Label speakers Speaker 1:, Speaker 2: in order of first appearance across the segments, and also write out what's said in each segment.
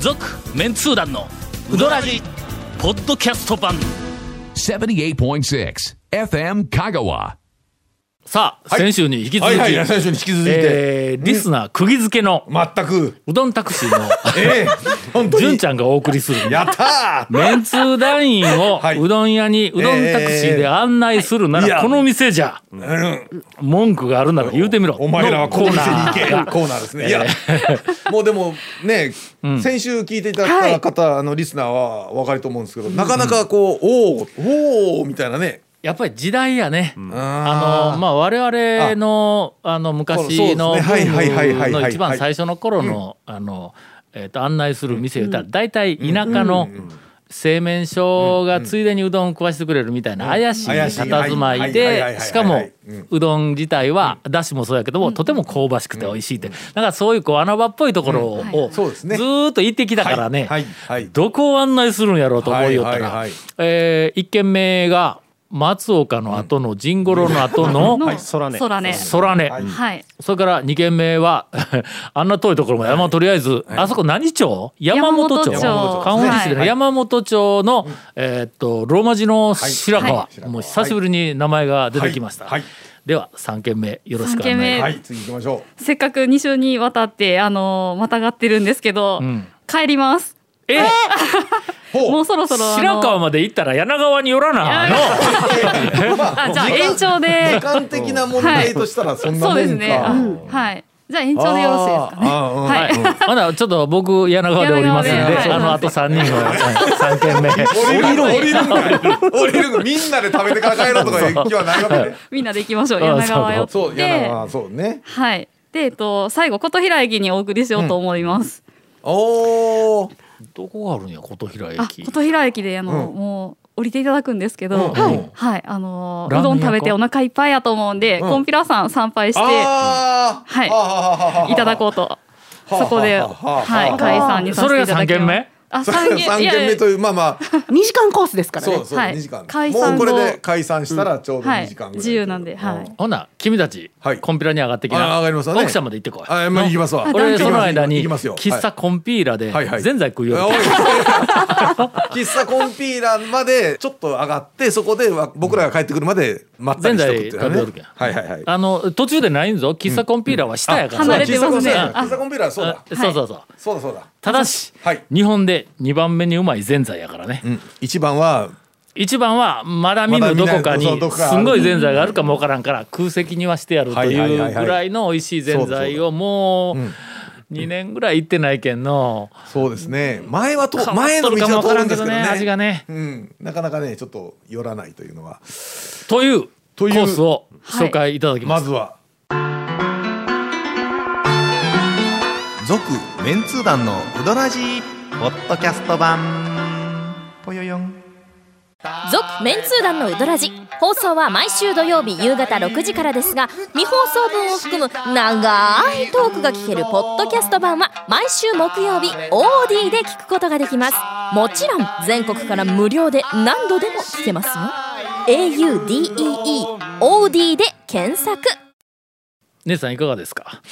Speaker 1: 続メンツー団のウドラジポッドキャスト版
Speaker 2: 78.6 FM Kagawa.
Speaker 1: さあ、先週に引き続
Speaker 3: は
Speaker 1: き、
Speaker 3: いはい、最初に引き続いて。
Speaker 1: えーリスナー釘付けの
Speaker 3: 全く。
Speaker 1: うどんタクシー の
Speaker 3: ええ本当
Speaker 1: 純
Speaker 3: に
Speaker 1: ち。ゃんがお送りする
Speaker 3: やった
Speaker 1: メンツー団員を
Speaker 3: はいう
Speaker 1: どん屋にうどんタクシーで案内するないら
Speaker 3: や
Speaker 1: この店じゃ
Speaker 3: ーうん
Speaker 1: 文句があるなら言うてみろ
Speaker 3: お前らはこの店に行け。
Speaker 1: の
Speaker 3: コ
Speaker 1: コーナー
Speaker 3: ーナーですね。いや、もうでもね、先週聞いていただいた方、あの、リスナーはお分かりと思うんですけど、なかなかこう、おおおーみたいなね。
Speaker 1: やっぱり時代やね、あ
Speaker 3: あ
Speaker 1: のまあ我々のあの昔のブ
Speaker 3: そうですねはいはいは
Speaker 1: ー
Speaker 3: いはいはい
Speaker 1: ム
Speaker 3: はい
Speaker 1: の一番最初の頃のあのえっと案内する店言ったら大体田舎の製麺所がついでにうどんを食わしてくれるみたいな怪しい
Speaker 3: 怪しい
Speaker 1: 佇まい
Speaker 3: はいはいはいはいはい
Speaker 1: で
Speaker 3: はい
Speaker 1: しかも
Speaker 3: うん
Speaker 1: うどん自体はだしもそうやけどもとても香ばしくて美味しいってなんかそういうこう穴場っぽいところををず
Speaker 3: そうですね
Speaker 1: ーっと行ってきたからね
Speaker 3: はいはいはい
Speaker 1: どこを案内するんやろうと思いよった
Speaker 3: はい
Speaker 1: ら
Speaker 3: はいはい
Speaker 1: えー一軒目が松岡の後の陣五郎の後の
Speaker 4: の
Speaker 5: 空音
Speaker 4: 空ね。
Speaker 1: 空根、
Speaker 3: はい
Speaker 4: はい。
Speaker 1: それから2軒目は あんな遠いところも山、とりあえず、あそこ何町山本町
Speaker 4: 山本町
Speaker 1: 関門市で
Speaker 4: は
Speaker 1: の
Speaker 4: い
Speaker 1: 山本町の、えーっとローマ字の白川、
Speaker 4: は
Speaker 1: もう久しぶりに名前が出てきました、
Speaker 3: はいはい
Speaker 1: では3軒目よろしくお
Speaker 4: 三軒
Speaker 1: 願い
Speaker 4: 目
Speaker 3: はい、次行きましょ
Speaker 4: せっかく2週にわたってあのまたがってるんですけど、
Speaker 1: ん
Speaker 4: 帰ります。
Speaker 1: え
Speaker 3: う。ほ
Speaker 4: も
Speaker 3: う
Speaker 4: う。そろそろあの
Speaker 1: 白川まで行ったら柳川に寄らなの
Speaker 4: あじゃあ延長
Speaker 3: 時
Speaker 4: で。
Speaker 3: 間的な問題としたらそんなも
Speaker 4: そ
Speaker 3: んか。
Speaker 4: うですね。うんはい。じゃあ延長でよろしいですかね。
Speaker 3: あーうん
Speaker 4: はい。
Speaker 1: まだちょっと僕柳川でおりますんで
Speaker 4: 柳川で
Speaker 1: あのあと3人の3軒目
Speaker 3: 降りる降りるんかい 降りるんかいみんなで食べて抱えろとかいう気はないわけで
Speaker 4: みんなで行きましょう。
Speaker 1: あ
Speaker 4: 柳川寄っ
Speaker 3: そういや
Speaker 4: て。
Speaker 3: なそうね
Speaker 4: はい。で、えっと、最後、琴平駅にお送りしようと思います。
Speaker 3: おお
Speaker 1: どこがあるんや琴平
Speaker 4: あ、
Speaker 1: 駅
Speaker 4: 琴平駅で、あの、
Speaker 3: うん
Speaker 4: もう。降りていただくんですけど、
Speaker 3: うん
Speaker 4: はい、はい、あのー
Speaker 1: ラーメン屋
Speaker 4: うどん食べてお腹いっぱいやと思うんで、
Speaker 3: うん
Speaker 4: こんぴらさん参拝して
Speaker 3: あー
Speaker 4: はい
Speaker 3: あはははい
Speaker 4: ただこうと。そこで、
Speaker 3: はあはあはあ
Speaker 4: はい、解散にさせて
Speaker 1: それが
Speaker 4: いただきます
Speaker 1: 三軒目
Speaker 4: あ、三
Speaker 3: 3
Speaker 4: 軒いや
Speaker 3: 軒目というまあまあ
Speaker 5: 2時間コースですから
Speaker 3: そ
Speaker 5: ね
Speaker 3: うそう
Speaker 4: はい
Speaker 3: 2時間
Speaker 4: 解
Speaker 3: も
Speaker 4: 散
Speaker 3: う
Speaker 4: 後
Speaker 3: これで解散したらちょうど
Speaker 4: は
Speaker 3: 2
Speaker 4: い
Speaker 3: 時間ぐらい
Speaker 4: 自由なんで、はい。
Speaker 1: ほな君たち、
Speaker 3: はい
Speaker 1: コンピラに上がってきな
Speaker 3: あ上がりますわね
Speaker 1: 奥さんまで行ってこい
Speaker 3: あまあ行きますわ
Speaker 1: 俺
Speaker 3: 行きます
Speaker 1: その間に
Speaker 3: 行きますよ
Speaker 1: 喫茶コンピーラで
Speaker 3: はいはい
Speaker 1: ぜんざい食うよ、
Speaker 3: おい 喫茶コンピーラまでちょっと上がってそこでわ僕らが帰ってくるまで待ったりしとくっていう
Speaker 1: ぜんざい食べよる
Speaker 3: ね
Speaker 1: けん
Speaker 3: はいはいはい
Speaker 1: あの途中でないんぞ喫茶コンピーラは下やから、
Speaker 4: 離れてますね
Speaker 3: あ喫茶コンピーラそうだ
Speaker 1: あそうそうそう、
Speaker 3: そうだそうだ
Speaker 1: ただし、
Speaker 3: はい
Speaker 1: 日本で2番目にうまいぜんざいやからね、
Speaker 3: うん一番は
Speaker 1: 一番はまだ見ぬどこかに
Speaker 3: まだ見ないそうどこか
Speaker 1: すんごいぜんざいがあるかもわからんから空席にはしてやるというぐらいの美味しいぜんざいをもう2年ぐらい行ってないけんの
Speaker 3: そうですね前はと
Speaker 1: 変わ
Speaker 3: 前
Speaker 1: っと
Speaker 3: の
Speaker 1: るか
Speaker 3: 道
Speaker 1: もわ
Speaker 3: は
Speaker 1: か
Speaker 3: 通
Speaker 1: ら
Speaker 3: るん
Speaker 1: ん
Speaker 3: で
Speaker 1: け
Speaker 3: す
Speaker 1: ど
Speaker 3: けど
Speaker 1: ね味が
Speaker 3: ね
Speaker 1: ね。
Speaker 3: うんなかなかねちょっと寄らないというのは
Speaker 1: というコ
Speaker 3: という
Speaker 1: ースを紹介いただきま。
Speaker 3: ますずは
Speaker 6: 続メンツー団のウドラジーポッドキャスト版ぽよよん
Speaker 7: 続メンツー団のウドラジ放送は毎週土曜日夕方6時からですが未放送分を含む長いトークが聞けるポッドキャスト版は毎週木曜日 OD で聞くことができますもちろん全国から無料で何度でも聞けますよ AUDEEOD で検索
Speaker 1: 姉さんいかがですか。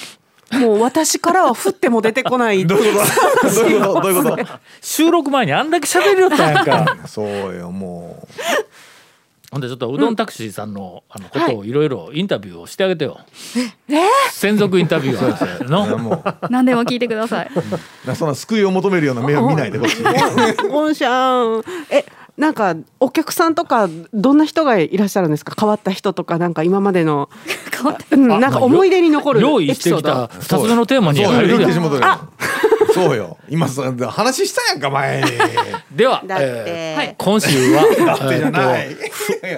Speaker 5: もう私からは降っても出てこない
Speaker 3: どういうことどういうことどういうこ
Speaker 1: 収録前にあんだけ喋りよったやん か。
Speaker 3: とそうよもう
Speaker 1: ほんでちょっとうどんタクシーさんのあのことをいろいろインタビューをしてあげてよ。専属インタビューをして
Speaker 3: いや
Speaker 1: の。
Speaker 3: も
Speaker 4: 何でも聞いてくだ さい。
Speaker 3: うなそんな救いを求めるような目を見ないでこっちに
Speaker 5: ゴンシャンえなんかお客さんとかどんな人がいらっしゃるんですか変わった人とかなんか今までの
Speaker 4: 変わって
Speaker 5: うんなんか思い出に残る
Speaker 1: 用
Speaker 5: エ
Speaker 1: 意
Speaker 5: ピ
Speaker 1: して
Speaker 5: ソー
Speaker 1: きた
Speaker 5: ド
Speaker 1: 二つ目のテーマに
Speaker 3: そう
Speaker 1: 入
Speaker 3: よ
Speaker 1: る
Speaker 3: 言っ
Speaker 1: や
Speaker 3: てし
Speaker 1: ん。
Speaker 3: もうとるやんそうよ今さ話したやんか前に
Speaker 1: では、
Speaker 5: だって、
Speaker 1: え
Speaker 4: は
Speaker 1: ー
Speaker 4: い
Speaker 1: 今週は
Speaker 3: 手じゃな
Speaker 1: えー
Speaker 3: い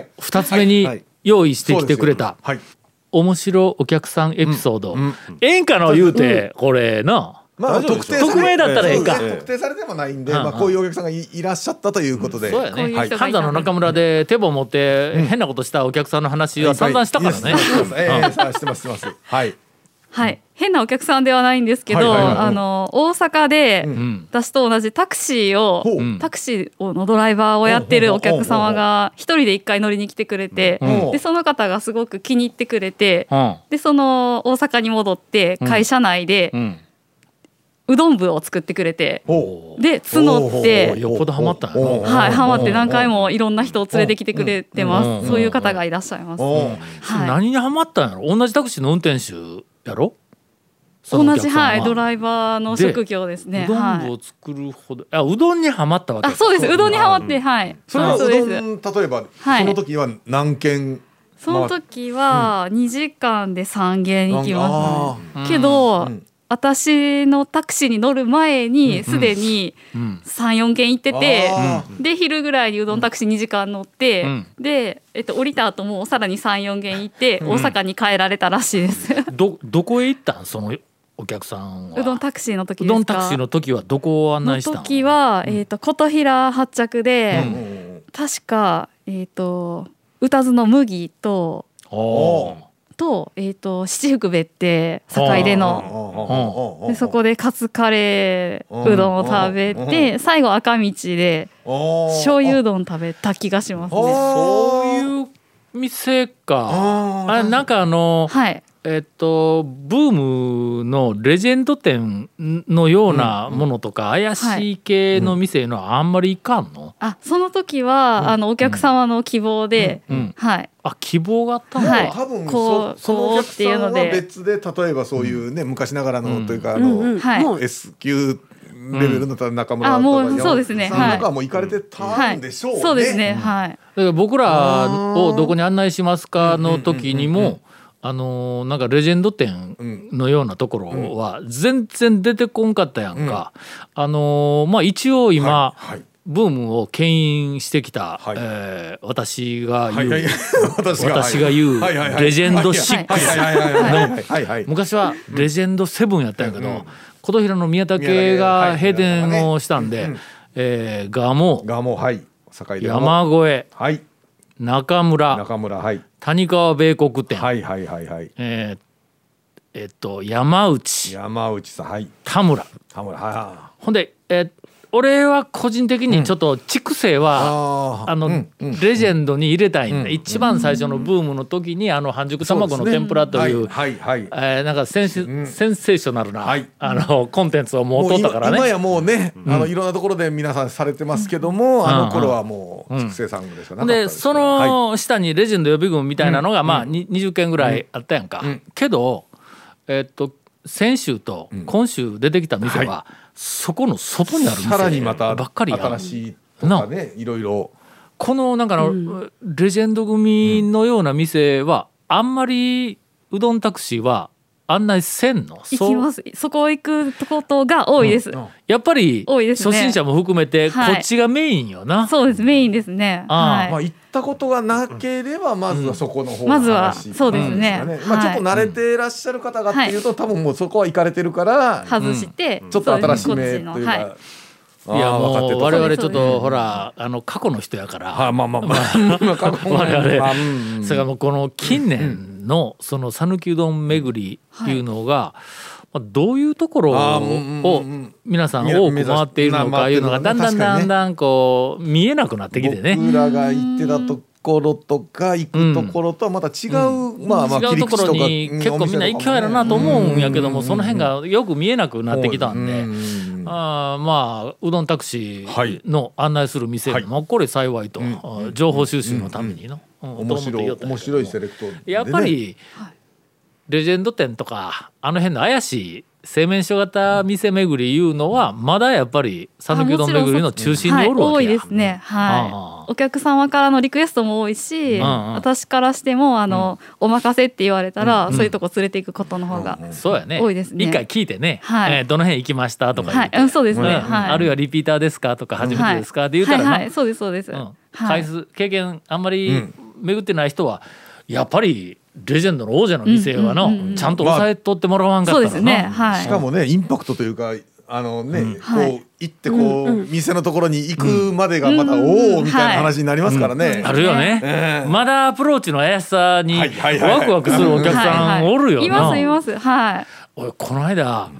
Speaker 1: と二つ目に用意してきてくれた
Speaker 3: はい
Speaker 1: 面白お客さんエピソード。演歌の言うてこれな。
Speaker 3: まあ特定され
Speaker 1: 匿名だったらええか
Speaker 3: そうですね特定されてもないんで
Speaker 1: うんうん
Speaker 3: まあこういうお客さんがいいらっしゃったということで
Speaker 1: そうや
Speaker 4: こういう人が
Speaker 1: ね。
Speaker 4: いた
Speaker 1: 神田の中村で手棒持って変なことしたお客さんの話は散々したからね
Speaker 3: いっぱいしてますええさあしてますしてますはい
Speaker 4: はい、変なお客さんではないんですけど、
Speaker 3: はいはいはいはい
Speaker 4: あの大阪で、
Speaker 1: ん
Speaker 4: 私と同じタクシーを、
Speaker 3: ほう
Speaker 1: うん
Speaker 4: タクシーをのドライバーをやってるお客様が一人で一回乗りに来てくれて、
Speaker 3: うん
Speaker 4: でその方がすごく気に入ってくれて、
Speaker 1: うん。
Speaker 4: でその大阪に戻って会社内で、
Speaker 1: うん。
Speaker 4: うどん部を作ってくれて
Speaker 3: ほう
Speaker 4: で募って
Speaker 1: よっぽどハマったんやな
Speaker 3: おうおうおう
Speaker 4: はい、ハマって何回もいろんな人を連れてきてくれてます。
Speaker 1: うん
Speaker 4: そういう方がいらっしゃいます。
Speaker 3: おう
Speaker 4: はい、
Speaker 1: 何にハマったんやろ同じタクシーの運転手やろそのお
Speaker 4: 同
Speaker 1: 客
Speaker 4: じ、
Speaker 1: さん
Speaker 4: はい、ドライバーの職業ですね。
Speaker 1: うど
Speaker 4: は
Speaker 1: ん
Speaker 4: い
Speaker 1: 部を作るほど、あうどんにはまったわけ
Speaker 4: あ、そうです。うどんにハマって、はい。
Speaker 3: それはう
Speaker 4: そう
Speaker 3: ど
Speaker 4: です。
Speaker 3: ん例えば
Speaker 4: はい
Speaker 3: その時は何件
Speaker 4: その時は2時間で3軒行きます、
Speaker 1: あー
Speaker 4: けど、
Speaker 3: うん
Speaker 4: 私のタクシーに乗る前にすでに
Speaker 1: うん
Speaker 4: 34軒行ってて、
Speaker 3: あ
Speaker 4: で昼ぐらいにうどんタクシー2時間乗って、
Speaker 1: うん
Speaker 4: で、えっと、降りた後もさらに34軒行って大阪に帰られたらしいです、う
Speaker 1: どどこへ行ったんそのお客さんは
Speaker 4: どんタクシーの時
Speaker 1: う
Speaker 4: ですか
Speaker 1: どんタクシーの時はどこを案内したん
Speaker 4: の時は、えっと琴平発着で、
Speaker 3: ー
Speaker 1: うん
Speaker 3: うん
Speaker 4: 確かえっ、と歌津の麦と
Speaker 1: おー
Speaker 4: と,、えっと七福別って堺でのでそこでカツカレーうどんを食べ
Speaker 3: う
Speaker 4: て最後赤道で醤油うどん食べた気がしますね。
Speaker 1: そう
Speaker 3: う
Speaker 1: いう店か
Speaker 3: あー
Speaker 1: あれなんかあの
Speaker 4: はい、
Speaker 1: えっとブームのレジェンド店のようなものとか怪しい系の店いうのはあんまりいかんの、
Speaker 4: あその時は、あのお客様の希望で、
Speaker 1: うんうん
Speaker 4: はい
Speaker 1: あ希望があったんだ、
Speaker 4: はい
Speaker 3: 多分
Speaker 4: こ
Speaker 3: そうそのお
Speaker 4: こう
Speaker 3: 客
Speaker 4: ってい
Speaker 3: さ
Speaker 4: うんの
Speaker 3: は
Speaker 4: で
Speaker 3: 別で例えばそういうね昔ながら
Speaker 1: う
Speaker 3: の
Speaker 1: ん
Speaker 3: というかあ
Speaker 5: うんう
Speaker 3: の
Speaker 5: ん
Speaker 4: はい
Speaker 5: もう
Speaker 3: S 級レベルのた中村
Speaker 4: あもう
Speaker 3: とか
Speaker 4: そうですね
Speaker 3: 山本さん
Speaker 4: はい
Speaker 3: とかはもう行かれて
Speaker 4: は
Speaker 3: た
Speaker 4: い
Speaker 3: んでしょうね。
Speaker 4: そうですね、はい
Speaker 1: だから僕らをどこに案内しますか
Speaker 3: うんうんうん
Speaker 1: の
Speaker 3: うん
Speaker 1: 時にもあのーなんかレジェンド店のようなところは全然出てこんかったやんか、あのーまあ一応今、
Speaker 3: はいはい
Speaker 1: ブームを牽引してきた、
Speaker 3: はい
Speaker 1: えー私が
Speaker 3: は
Speaker 1: 言、
Speaker 3: いうはい私が
Speaker 1: 私が言う
Speaker 3: はいはいはい
Speaker 1: レジェンド
Speaker 3: はい
Speaker 4: 6
Speaker 3: はいはいはいはいはいはいはい
Speaker 1: 昔はレジェンドセブンやったんやけど、
Speaker 3: うん
Speaker 1: 琴平の宮武が閉店をしたんで、えー蒲生
Speaker 3: がもうはい堺でも
Speaker 1: 山越
Speaker 3: はい
Speaker 1: え中村
Speaker 3: 中村はい
Speaker 1: 谷川米国店、
Speaker 3: はいはいはいはい
Speaker 1: えーえっと山内
Speaker 3: 山内さんはい
Speaker 1: 田村
Speaker 3: 田村は
Speaker 1: ほんで、えー俺は個人的にちょっと畜生
Speaker 3: い
Speaker 1: は、
Speaker 3: あー
Speaker 1: あの、
Speaker 3: うんうん
Speaker 1: レジェンドに入れたいんだ、
Speaker 3: うん
Speaker 1: 一番最初のブームの時にあの半熟卵
Speaker 3: そ
Speaker 1: の
Speaker 3: うですね
Speaker 1: 天ぷらという
Speaker 3: はいはいはい
Speaker 1: えーなんかセンシ、
Speaker 3: ん
Speaker 1: センセーショナルな、
Speaker 3: はい
Speaker 1: あのコンテンツをもう
Speaker 3: も
Speaker 1: 取っ
Speaker 3: う
Speaker 1: たか
Speaker 3: 今
Speaker 1: ら
Speaker 3: 今
Speaker 1: ね
Speaker 3: やもうね、あのいろんなところで皆さんされてますけども、あの頃はもう
Speaker 1: うん
Speaker 3: 筑西さんでしかなかった
Speaker 1: で
Speaker 3: ですか
Speaker 1: そ
Speaker 3: らはい
Speaker 1: の下にレジェンド予備軍みたいなのが、まあ、に20件ぐらいあったやんか、けど、えっと先週と今週出てきた店は、そこの外にある店
Speaker 3: さらにまた
Speaker 1: ばっかりやん
Speaker 3: 新しいとかねいろいろ
Speaker 1: このなんかの、レジェンド組のような店は、あんまりうどんタクシーは案内せんの
Speaker 4: 行き
Speaker 1: そう
Speaker 4: ますそこ行くことが多いです、
Speaker 1: やっぱり、
Speaker 4: 多いです
Speaker 1: 初
Speaker 4: ね
Speaker 1: 心者も含めてこ
Speaker 4: はい
Speaker 1: っちがメインよな。
Speaker 4: そうですメインですね
Speaker 1: あ
Speaker 4: はい
Speaker 3: まあ行ったことがなければまずはそこの方
Speaker 4: まず
Speaker 3: の
Speaker 4: は
Speaker 3: 話
Speaker 4: そうですね
Speaker 3: ですかねま
Speaker 4: はい
Speaker 3: あちょっと慣れていらっしゃる方がっていうと多分もうそこは行かれてるからち
Speaker 4: 外して、
Speaker 3: ょっと新しめという
Speaker 4: そうですねこっちのはい
Speaker 3: かあー
Speaker 1: いや
Speaker 3: 若手
Speaker 1: もう
Speaker 3: とか
Speaker 1: 我
Speaker 3: ね
Speaker 1: 々ちょっ
Speaker 4: そうです
Speaker 1: とほらあの過去の人やから、
Speaker 3: あーまあまあまあまあ過去も
Speaker 1: 我
Speaker 3: ね
Speaker 1: 々
Speaker 3: まあうんうん
Speaker 1: それからもうこの近年のその讃岐うどん巡りっていうのが、まあ、どういうところ
Speaker 3: あーうんうんうん
Speaker 1: を皆さん多く回っているのかいうのが
Speaker 3: いや
Speaker 1: だんだんだ
Speaker 3: まあ回ってるのね
Speaker 1: んだんこう見えなくなってきてね。
Speaker 3: 僕らが行ってたところとか行くところとはまた違う、まあまあ
Speaker 1: 違うところに結構みんな勢いやろなと思うんやけどもその辺がよく見えなくなってきたんであーまあうどんタクシーの案内する店
Speaker 3: はい
Speaker 1: もこれ幸いとあー情報収集のためにのうんと
Speaker 3: 面
Speaker 1: 思って
Speaker 3: 白
Speaker 1: 言
Speaker 3: い
Speaker 1: おったん
Speaker 3: 面
Speaker 1: やけど
Speaker 3: 白いセレクトでね、
Speaker 1: やっぱりレジェンド店とかあの辺の怪しい製麺所型店巡りいうのはまだやっぱり讃岐うどん巡りの中心におるわ
Speaker 4: はい、多
Speaker 1: け
Speaker 4: い
Speaker 1: や、
Speaker 4: ですねはい
Speaker 1: あ
Speaker 4: お客様からのリクエストも多いし、
Speaker 1: うんうん
Speaker 4: 私からしてもあの、お任せって言われたら、そういうとこ連れていくことの方が、
Speaker 1: そうやね
Speaker 4: 多いですね
Speaker 1: 一回聞いてね、
Speaker 4: はい
Speaker 1: えーどの辺行きましたとか言
Speaker 4: は
Speaker 1: っ
Speaker 4: い
Speaker 1: て、
Speaker 4: うんそうですね、
Speaker 1: うん
Speaker 4: はい
Speaker 1: あるいはリピーターですかとか初めてですかって言うたらな、
Speaker 4: はいはいそうですそうです、
Speaker 1: うん
Speaker 4: はい
Speaker 1: 回数経験あんまり巡ってない人はやっぱりレジェンドの王者の店はの、
Speaker 4: うんうんうん
Speaker 1: ちゃんと抑えとってもらわんかった
Speaker 4: そう
Speaker 1: ら
Speaker 4: で
Speaker 1: な
Speaker 4: すねはい
Speaker 3: しかもねインパクトというかあのね、こう、
Speaker 4: はい
Speaker 3: 行ってこう、店のところに行くまでがまた、おおみたいな話になりますからね、
Speaker 1: あるよね、まだアプローチの怪しさに
Speaker 3: はいはいはいはい
Speaker 1: ワクワクするお客さんおるよ
Speaker 4: はい
Speaker 1: な、
Speaker 4: はい、いますいますはい
Speaker 1: 俺この間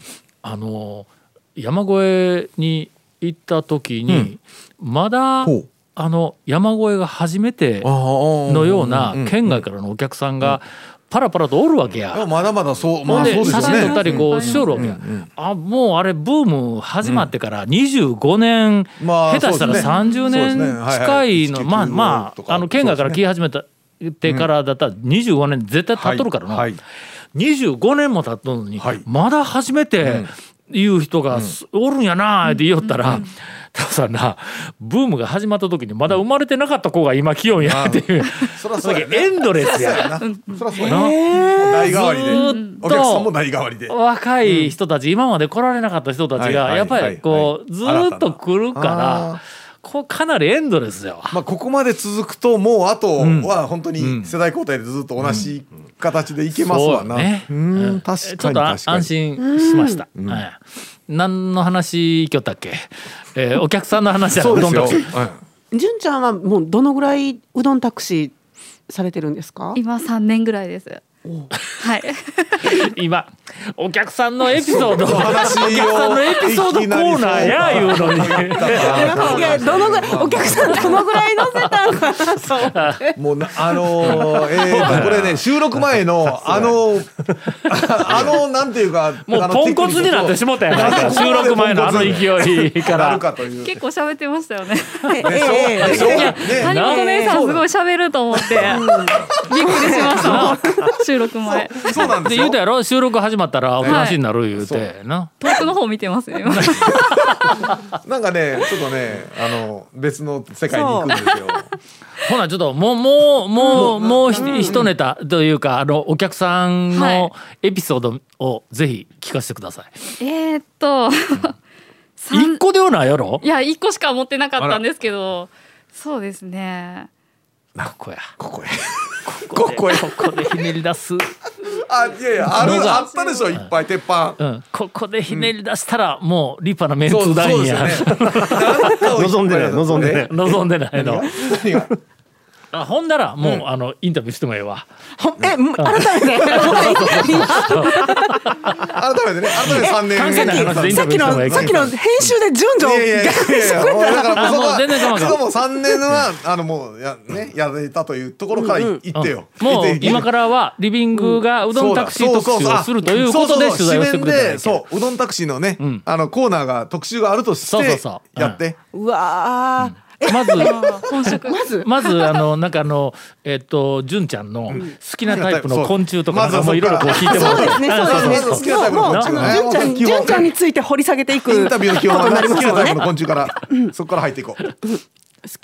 Speaker 1: あの山越えに行った時に、まだ
Speaker 3: ほう
Speaker 1: あの山越えが初めて
Speaker 3: あー
Speaker 1: のような
Speaker 3: うん
Speaker 1: 県外からのお客さんがパラパラとおるわけや。
Speaker 3: でもまだまだそうま
Speaker 1: ほん
Speaker 3: あ
Speaker 1: で
Speaker 3: そうです
Speaker 1: 写
Speaker 3: よ
Speaker 1: 真撮っ
Speaker 3: ね
Speaker 1: たりこうしよるわけや、あもうあれブーム始まってから25年、
Speaker 3: まあ
Speaker 1: 下手したら
Speaker 3: そう
Speaker 1: 30
Speaker 3: です
Speaker 1: 年
Speaker 3: ねはい
Speaker 1: 近
Speaker 3: はい
Speaker 1: いの、まあま
Speaker 3: とか
Speaker 1: ああの県外から
Speaker 3: そうですね
Speaker 1: 聞い始めたってからだったら25年絶対経っとるからな、
Speaker 3: はいはい
Speaker 1: 25年も経っとるのに、
Speaker 3: はい
Speaker 1: まだ初めて言う人がすおるんやなーって言いよったら。多分さなブームが始まった時にまだ生まれてなかった子が今来よんやっていう、
Speaker 3: そらそうやね
Speaker 1: エンドレスや
Speaker 3: な そらそうや
Speaker 1: な
Speaker 3: なもう代替わりで
Speaker 1: ずーっと
Speaker 3: お客さんも代替わりで
Speaker 1: 若い人たち、今まで来られなかった人たち
Speaker 3: はいは
Speaker 1: が
Speaker 3: い
Speaker 1: やっぱりこうず
Speaker 3: はいはい
Speaker 1: ーっと来るからこうかなりエンドレスだよ。
Speaker 3: まあここまで続くともうあと
Speaker 1: ん
Speaker 3: は本当に世代交代でずっと同じ形でいけますわな
Speaker 1: そうよね
Speaker 3: うん
Speaker 1: ちょ
Speaker 3: 確
Speaker 1: っと
Speaker 3: かに確か
Speaker 1: あ
Speaker 3: に
Speaker 1: 安心しました。はい何の話今日だっけ、え ーお客さんの話やな
Speaker 3: そうです
Speaker 1: ど
Speaker 3: よ
Speaker 1: んどん
Speaker 5: 純ちゃんはもうどのぐらいうどんタクシーされてるんですか？
Speaker 4: 今三年ぐらいです。はい。
Speaker 1: 今お客さんのエピソードお
Speaker 3: お
Speaker 1: 客
Speaker 3: 話を
Speaker 1: さんのエピソードコーナーや言うのに
Speaker 5: いやどのぐらいお客さんどのぐらい乗せたのかなと思って
Speaker 3: もうなあのー、えーとこれね収録前 のあの あのなんていうか
Speaker 1: も
Speaker 3: あ
Speaker 1: う
Speaker 3: の
Speaker 1: ポンコツになってしもったやないか収録前のあの勢いか
Speaker 3: な
Speaker 1: ら
Speaker 3: る。かという
Speaker 4: 結構喋ってましたよね。
Speaker 5: ええええ
Speaker 3: でしょ
Speaker 5: ええ
Speaker 4: 谷
Speaker 3: ね
Speaker 4: 本姉さんすごい喋ると思ってびっくりしました。収録前。
Speaker 3: そうなん
Speaker 1: で
Speaker 3: です
Speaker 1: 言
Speaker 3: よ
Speaker 1: うたやろ収録始まったらお話になる言うて、な。
Speaker 4: 遠くの方見てますね。今
Speaker 3: なんかねちょっとねあの別の世界に行くんですよ
Speaker 1: ほなちょっともうもうもうもうひ一ネタというかあのお客さん
Speaker 4: はい
Speaker 1: のエピソードをぜひ聞かせてください。
Speaker 4: えーっと、
Speaker 1: 一、
Speaker 4: 三
Speaker 1: 個ではないやろ
Speaker 4: い？や一個しか持ってなかったんですけど、そうですね。
Speaker 1: ここや。
Speaker 3: ここへ
Speaker 1: こ
Speaker 3: こ
Speaker 1: で
Speaker 3: へ
Speaker 1: ここでひねり出す。う
Speaker 3: あいやいやある
Speaker 1: のが
Speaker 3: あったでしょいっぱい鉄板
Speaker 1: ん。ここでひねり出したらもう立派なメン
Speaker 3: そう
Speaker 1: ツ
Speaker 3: そ
Speaker 1: だ
Speaker 3: うんですよ
Speaker 1: や
Speaker 3: ね。なんかをっぱ
Speaker 8: 望んでない
Speaker 3: 出す
Speaker 8: 望んでない
Speaker 1: 望んでないの。
Speaker 3: 何が
Speaker 1: あほんならもう、あのインタビューしてもええわ。
Speaker 5: ほんえもう改めて
Speaker 3: 改めてね改めて3年
Speaker 1: 関係ない話でいいんだ
Speaker 5: さっきのさっきの編集で順
Speaker 3: いやい
Speaker 5: 序
Speaker 3: やいやいやもうだからもう
Speaker 1: あもう全然構わん
Speaker 3: そこはもう3年はあのもうやねやれたというところからい行ってよ
Speaker 1: もう今
Speaker 3: ら
Speaker 1: からはリビングがうどんタクシー特集をするということで取材をしてくれたらいいけど
Speaker 3: そううどんタクシーのね
Speaker 1: ん
Speaker 3: あのコーナーが特集があるとし
Speaker 1: そうそう
Speaker 3: て
Speaker 1: そう
Speaker 3: やって
Speaker 5: うわ
Speaker 1: まず
Speaker 4: 本職。
Speaker 5: ーまず
Speaker 1: まずあのなんかあのえっと純ちゃんの好きなタイプの昆虫とか
Speaker 3: まず
Speaker 1: なん
Speaker 3: は
Speaker 1: かもういろいろこう聞いてもらっ
Speaker 5: そう
Speaker 1: て
Speaker 5: ですね
Speaker 1: あ
Speaker 5: そう
Speaker 3: そう
Speaker 5: で
Speaker 3: そう
Speaker 5: す
Speaker 3: そう
Speaker 5: ねもうもう
Speaker 3: 好
Speaker 5: あ
Speaker 3: きな
Speaker 5: の
Speaker 3: タイプ
Speaker 5: 純ちゃん
Speaker 3: 基本
Speaker 5: 純ちゃんについて掘り下げていく
Speaker 3: インタビューの基本
Speaker 5: ことにな
Speaker 3: は
Speaker 5: り
Speaker 3: 好
Speaker 5: ま
Speaker 3: き
Speaker 5: す
Speaker 3: なタ
Speaker 5: よ
Speaker 3: イ
Speaker 5: ね
Speaker 3: プの昆虫からそこから入っていこう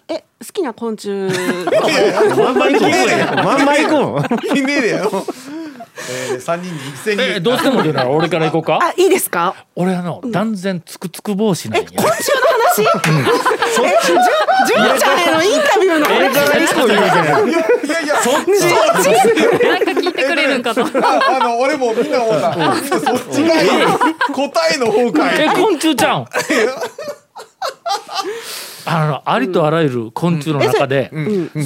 Speaker 5: え好きな昆虫
Speaker 8: まんま行こうや。まんま行こう。
Speaker 3: ひねれよえー3人に一斉に
Speaker 1: えどうしても言うなら俺から行こうか
Speaker 5: あいいですか
Speaker 1: 俺あの断然つくつく帽子なんや
Speaker 5: 昆虫の話えじゅ純ちゃんへのインタビューの話
Speaker 3: いやいやいや
Speaker 4: なんか聞いてくれるんかと。
Speaker 3: ああの俺もみんな思った。みんなそっちがいい。答えの方か
Speaker 1: え
Speaker 3: い。
Speaker 1: 昆虫ちゃんあのありとあらゆる昆虫の中で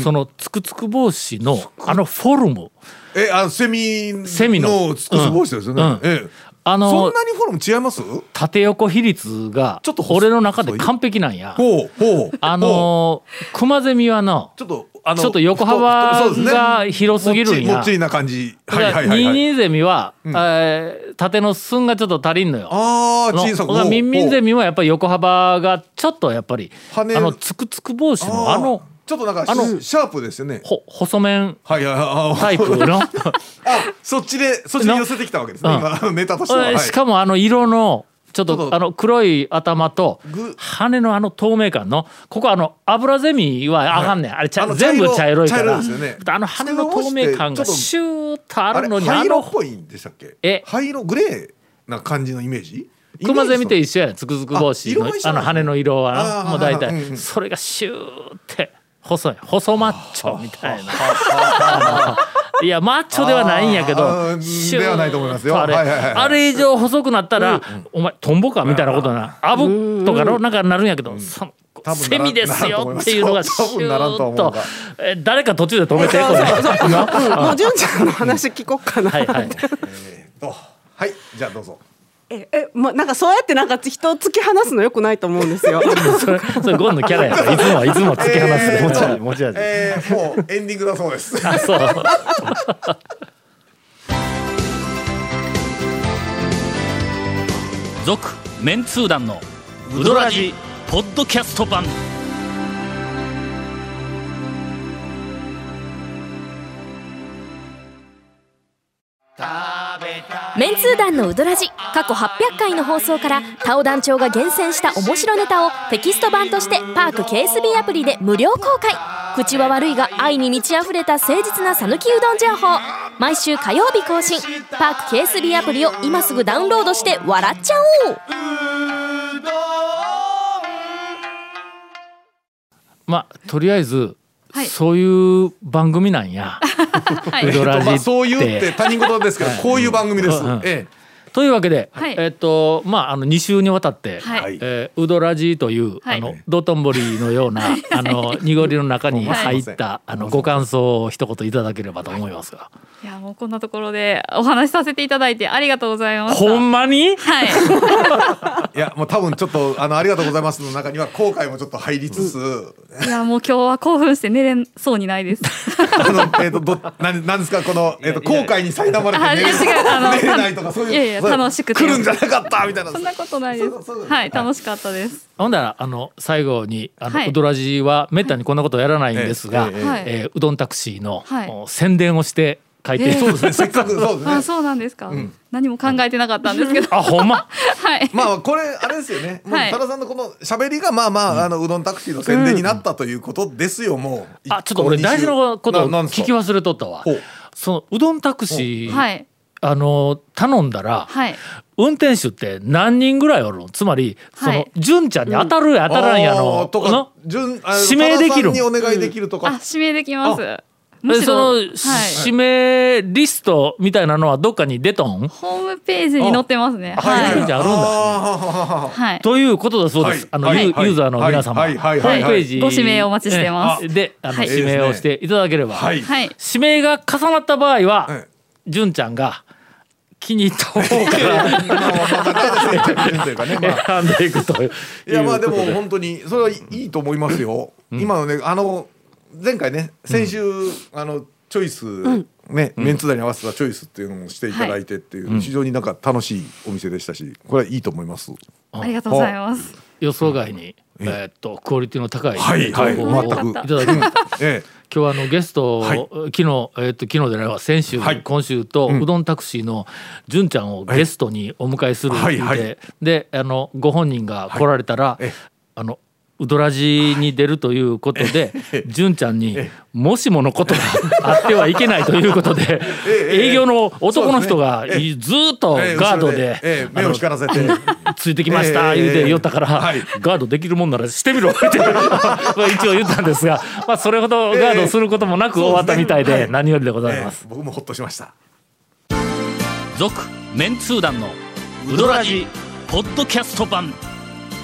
Speaker 1: そのつくつく帽子のあのフォルム
Speaker 3: えあのセミ
Speaker 1: セミの
Speaker 3: のつくつく帽子ですよね。
Speaker 1: うん
Speaker 3: ええ
Speaker 1: あ
Speaker 3: そ
Speaker 1: の
Speaker 3: んなにフォルム違います？ほ
Speaker 1: 縦横比率が
Speaker 3: ちょっと細い
Speaker 1: 俺の中で完璧なんや。
Speaker 3: うほう。
Speaker 1: あ
Speaker 3: ほ
Speaker 1: のー、熊ゼミはの
Speaker 3: うちょっとあの
Speaker 1: ちょっと横幅
Speaker 3: 太そうですね
Speaker 1: が広すぎるんや
Speaker 3: もっちもっちりな感じ。はいはいはい
Speaker 1: ニ
Speaker 3: はい。
Speaker 1: ニゼミは、えー縦の寸がちょっと足りんのよ。
Speaker 3: ああ小さく。
Speaker 1: のミンミンゼ
Speaker 3: ミ
Speaker 1: ミはやっぱり横幅がちょっとやっぱりあ
Speaker 3: 羽
Speaker 1: のつくつく帽子のあの
Speaker 3: ちょっとなんか
Speaker 1: あの
Speaker 3: シャープですよね。
Speaker 1: ほ細麺
Speaker 3: はいはいはい
Speaker 1: タイプ の、
Speaker 3: あそっちでそっちに寄せてきたわけですね。
Speaker 1: うん
Speaker 3: 今あ のネタとしては。はい
Speaker 1: しか もあの色のちょっ
Speaker 3: ちょっ
Speaker 1: と
Speaker 3: と
Speaker 1: あの黒い頭と
Speaker 3: ぐ
Speaker 1: 羽のあの透明感のここあの油ゼミはあかんねん、あれちゃ
Speaker 3: あの
Speaker 1: 全部茶
Speaker 3: 茶
Speaker 1: 色
Speaker 3: 色
Speaker 1: いから
Speaker 3: 茶色ですよね
Speaker 1: あの羽の透明感が
Speaker 3: ちょっと
Speaker 1: シューッとあ
Speaker 3: あ
Speaker 1: る
Speaker 3: れ
Speaker 1: のにあ
Speaker 3: 灰色
Speaker 1: の
Speaker 3: っぽいんでしたっけ
Speaker 1: え
Speaker 3: 灰色グレーな感じのイメージ
Speaker 1: 熊ゼミと
Speaker 3: イメージ
Speaker 1: 一緒やねつくづく帽子の
Speaker 3: あ色も一緒
Speaker 1: あ
Speaker 3: な
Speaker 1: の
Speaker 3: んですね
Speaker 1: 羽の色は
Speaker 3: あ
Speaker 1: な
Speaker 3: ー
Speaker 1: もう大
Speaker 3: はいはいうんう
Speaker 1: 体
Speaker 3: ん
Speaker 1: それがシューって細い細マッチョみたいな。いやマッチョではないんやけ
Speaker 3: あーあ
Speaker 1: ど
Speaker 3: ー
Speaker 1: シューッと
Speaker 3: ではないと思いますよ
Speaker 1: あれ
Speaker 3: はいはいはい
Speaker 1: あれ以上細くなったらお前トンボかみたいなことなアブとかのなんかなるんやけどその
Speaker 3: 多分な
Speaker 1: セ
Speaker 3: ら
Speaker 1: ミですよっていうのがシ
Speaker 3: 多分
Speaker 1: ュ
Speaker 3: ならん
Speaker 1: ー
Speaker 3: と
Speaker 1: ッ
Speaker 3: 思う
Speaker 1: と
Speaker 3: が
Speaker 1: え誰か途中で止めてこれ
Speaker 5: うんもう純ちゃんの話聞こうかな
Speaker 1: はいはい
Speaker 3: とはいじゃあどうぞ
Speaker 5: ええもうなんかそうやってなんか人を突き放すのよくないと思うんですよ
Speaker 1: それそれゴンのキャラや からいつもはいつも突き放す
Speaker 3: えー
Speaker 8: 持ち味持ち味。
Speaker 3: えー、もうエンディングだそうです
Speaker 1: あそう続メンツー団のウドラジポッドキャスト版
Speaker 7: メンツー団のウドラジ過去800回の放送からタオ団長が厳選した面白ネタをテキスト版としてパーク KSB アプリで無料公開口は悪いが愛に満ち溢れた誠実な讃岐うどん情報毎週火曜日更新パーク KSB アプリを今すぐダウンロードして笑っちゃおう
Speaker 1: まあとりあえず、
Speaker 4: はい
Speaker 1: そういう番組なんやウドラジ
Speaker 3: まあ
Speaker 1: って。
Speaker 3: そう言って他人事ですけどこういう番組です
Speaker 1: うん。
Speaker 3: ええ
Speaker 1: というわけで、
Speaker 4: はい
Speaker 1: えっとまああの2週にわたって、
Speaker 4: はい
Speaker 1: えーウドラジという、
Speaker 4: はい
Speaker 1: あの道頓堀のような、あの濁りの中に入っ
Speaker 3: はい
Speaker 1: た、あのご感想を一言いただければと思いますが、
Speaker 4: いやもうこんなところでお話しさせていただいてありがとうございました。
Speaker 1: ほんまに
Speaker 4: はい。
Speaker 3: いやもう多分ちょっとあのありがとうございますの中には後悔もちょっと入りつつ、
Speaker 4: いやもう今日は興奮して寝れそうにないです。
Speaker 3: あのえっ、とどなんなんですかこのえっ、と後悔に苛まれ
Speaker 4: あ、
Speaker 3: て
Speaker 4: い
Speaker 3: 寝
Speaker 4: や
Speaker 3: れ
Speaker 4: 違う、あの、
Speaker 3: 寝れないとかそういう
Speaker 4: いやいや、
Speaker 3: そういう
Speaker 4: 楽しくて。
Speaker 3: 来るんじゃなかったみたいな
Speaker 4: そんなことない
Speaker 3: そう
Speaker 4: です
Speaker 3: そう。
Speaker 4: はい、楽しかったです。
Speaker 1: ほんだらあの最後にあの、
Speaker 4: はい
Speaker 1: ウドラジはめったにこんなことやらないんですが、
Speaker 3: えええ
Speaker 4: えはい
Speaker 1: えーうどんタクシーの、
Speaker 4: はい
Speaker 1: お宣伝をして書いて、
Speaker 4: ええそう
Speaker 3: そうですねせっかくそうです
Speaker 4: あ、
Speaker 3: ね
Speaker 4: そうなんですか。何も考えてなかったんですけど。
Speaker 1: あほんま
Speaker 4: はい。
Speaker 3: まあこれあれですよね。もう
Speaker 4: はい
Speaker 3: 多田さんのこの喋りがまあまああのうどんタクシーの宣伝になったということですよもう。
Speaker 1: あちょっと俺大事なことを
Speaker 3: ななんです
Speaker 1: 聞
Speaker 3: か
Speaker 1: き忘れとったわ
Speaker 3: ほう
Speaker 1: そのうどんタクシー、
Speaker 4: はい。
Speaker 1: あの頼んだら、
Speaker 4: はい。
Speaker 1: 運転手って何人ぐらいおるのつまりその、
Speaker 4: はい
Speaker 1: 純ちゃんに当たるや当たらんや
Speaker 3: あー
Speaker 1: の
Speaker 3: と
Speaker 1: の
Speaker 3: か順あ
Speaker 1: 指名できる
Speaker 3: 多田さんにお願いできると
Speaker 4: あ
Speaker 3: か、。
Speaker 4: 指名できます。む
Speaker 1: え
Speaker 4: し
Speaker 1: そ
Speaker 4: ろ、
Speaker 1: の、
Speaker 4: はい。
Speaker 1: 指名リストみたいなのはどっかに出とん、
Speaker 4: ホームページに載ってますね。
Speaker 1: はい
Speaker 4: は
Speaker 1: じゃあるんだ。
Speaker 3: あ
Speaker 4: はい。
Speaker 1: ということだそうです。
Speaker 3: はい
Speaker 1: あの、
Speaker 3: はい
Speaker 1: ユ
Speaker 3: はい
Speaker 1: ユーザーの皆様、
Speaker 3: はいはい
Speaker 1: ホ
Speaker 3: は
Speaker 1: ー
Speaker 3: い
Speaker 1: ムページ、
Speaker 4: ご指名お待ちしてます
Speaker 1: ええで、あの、
Speaker 4: はい
Speaker 1: 指名をしていただければ、
Speaker 3: ーはい。
Speaker 4: はい。
Speaker 1: 指名が重なった場合は、
Speaker 3: え
Speaker 1: 純ちゃんが気に入った方 から
Speaker 3: まあまあまあ中で接着点というかね。ま あ
Speaker 1: 選んでいくという。
Speaker 3: いやまあでも本当にそれはいいいと思いますよ。今のねあの前回ね先週あのチョイスねメンツダに合わせたチョイスっていうのをしていただいてっていう非常になんか楽しいお店でしたし、これはいいと思 います。
Speaker 4: ありがとうございます。
Speaker 1: 予想外に、えーっと、クオリティの高い、
Speaker 3: はいはい
Speaker 1: 情報をい
Speaker 3: 全
Speaker 1: た
Speaker 3: く
Speaker 1: だきました。
Speaker 3: ええ。
Speaker 1: 今日はあのゲストを、
Speaker 3: はい
Speaker 1: 昨日、えっと昨日でないわ先週、
Speaker 3: はい
Speaker 1: 今週と、うどんタクシーの純ちゃんをゲストにお迎えするって言って、
Speaker 3: はいはい
Speaker 1: であのご本人が来られたら、
Speaker 3: ええ
Speaker 1: あのウドラジに出るということで純ちゃんにもしものことが あってはいけないということで
Speaker 3: えええ
Speaker 1: 営業の男の人が
Speaker 3: そうですねえ
Speaker 1: ずーっと
Speaker 3: ええ
Speaker 1: ガード
Speaker 3: 後ろ
Speaker 1: で
Speaker 3: ええ目を光らせて。
Speaker 1: ついてきました、
Speaker 3: ええ
Speaker 1: 言うて言ったから、
Speaker 3: はい
Speaker 1: ガードできるもんならして みろ言うてまあ一応言ったんですが、まあ、それほどガードすることもなく
Speaker 3: ええ
Speaker 1: 終わったみたい
Speaker 3: そうで
Speaker 1: です
Speaker 3: ね
Speaker 1: 何よりでござい
Speaker 3: え
Speaker 1: ま
Speaker 3: え
Speaker 1: す。
Speaker 3: 僕もほっとしました。
Speaker 1: 続、メンツー団のウドラジポッドキャスト版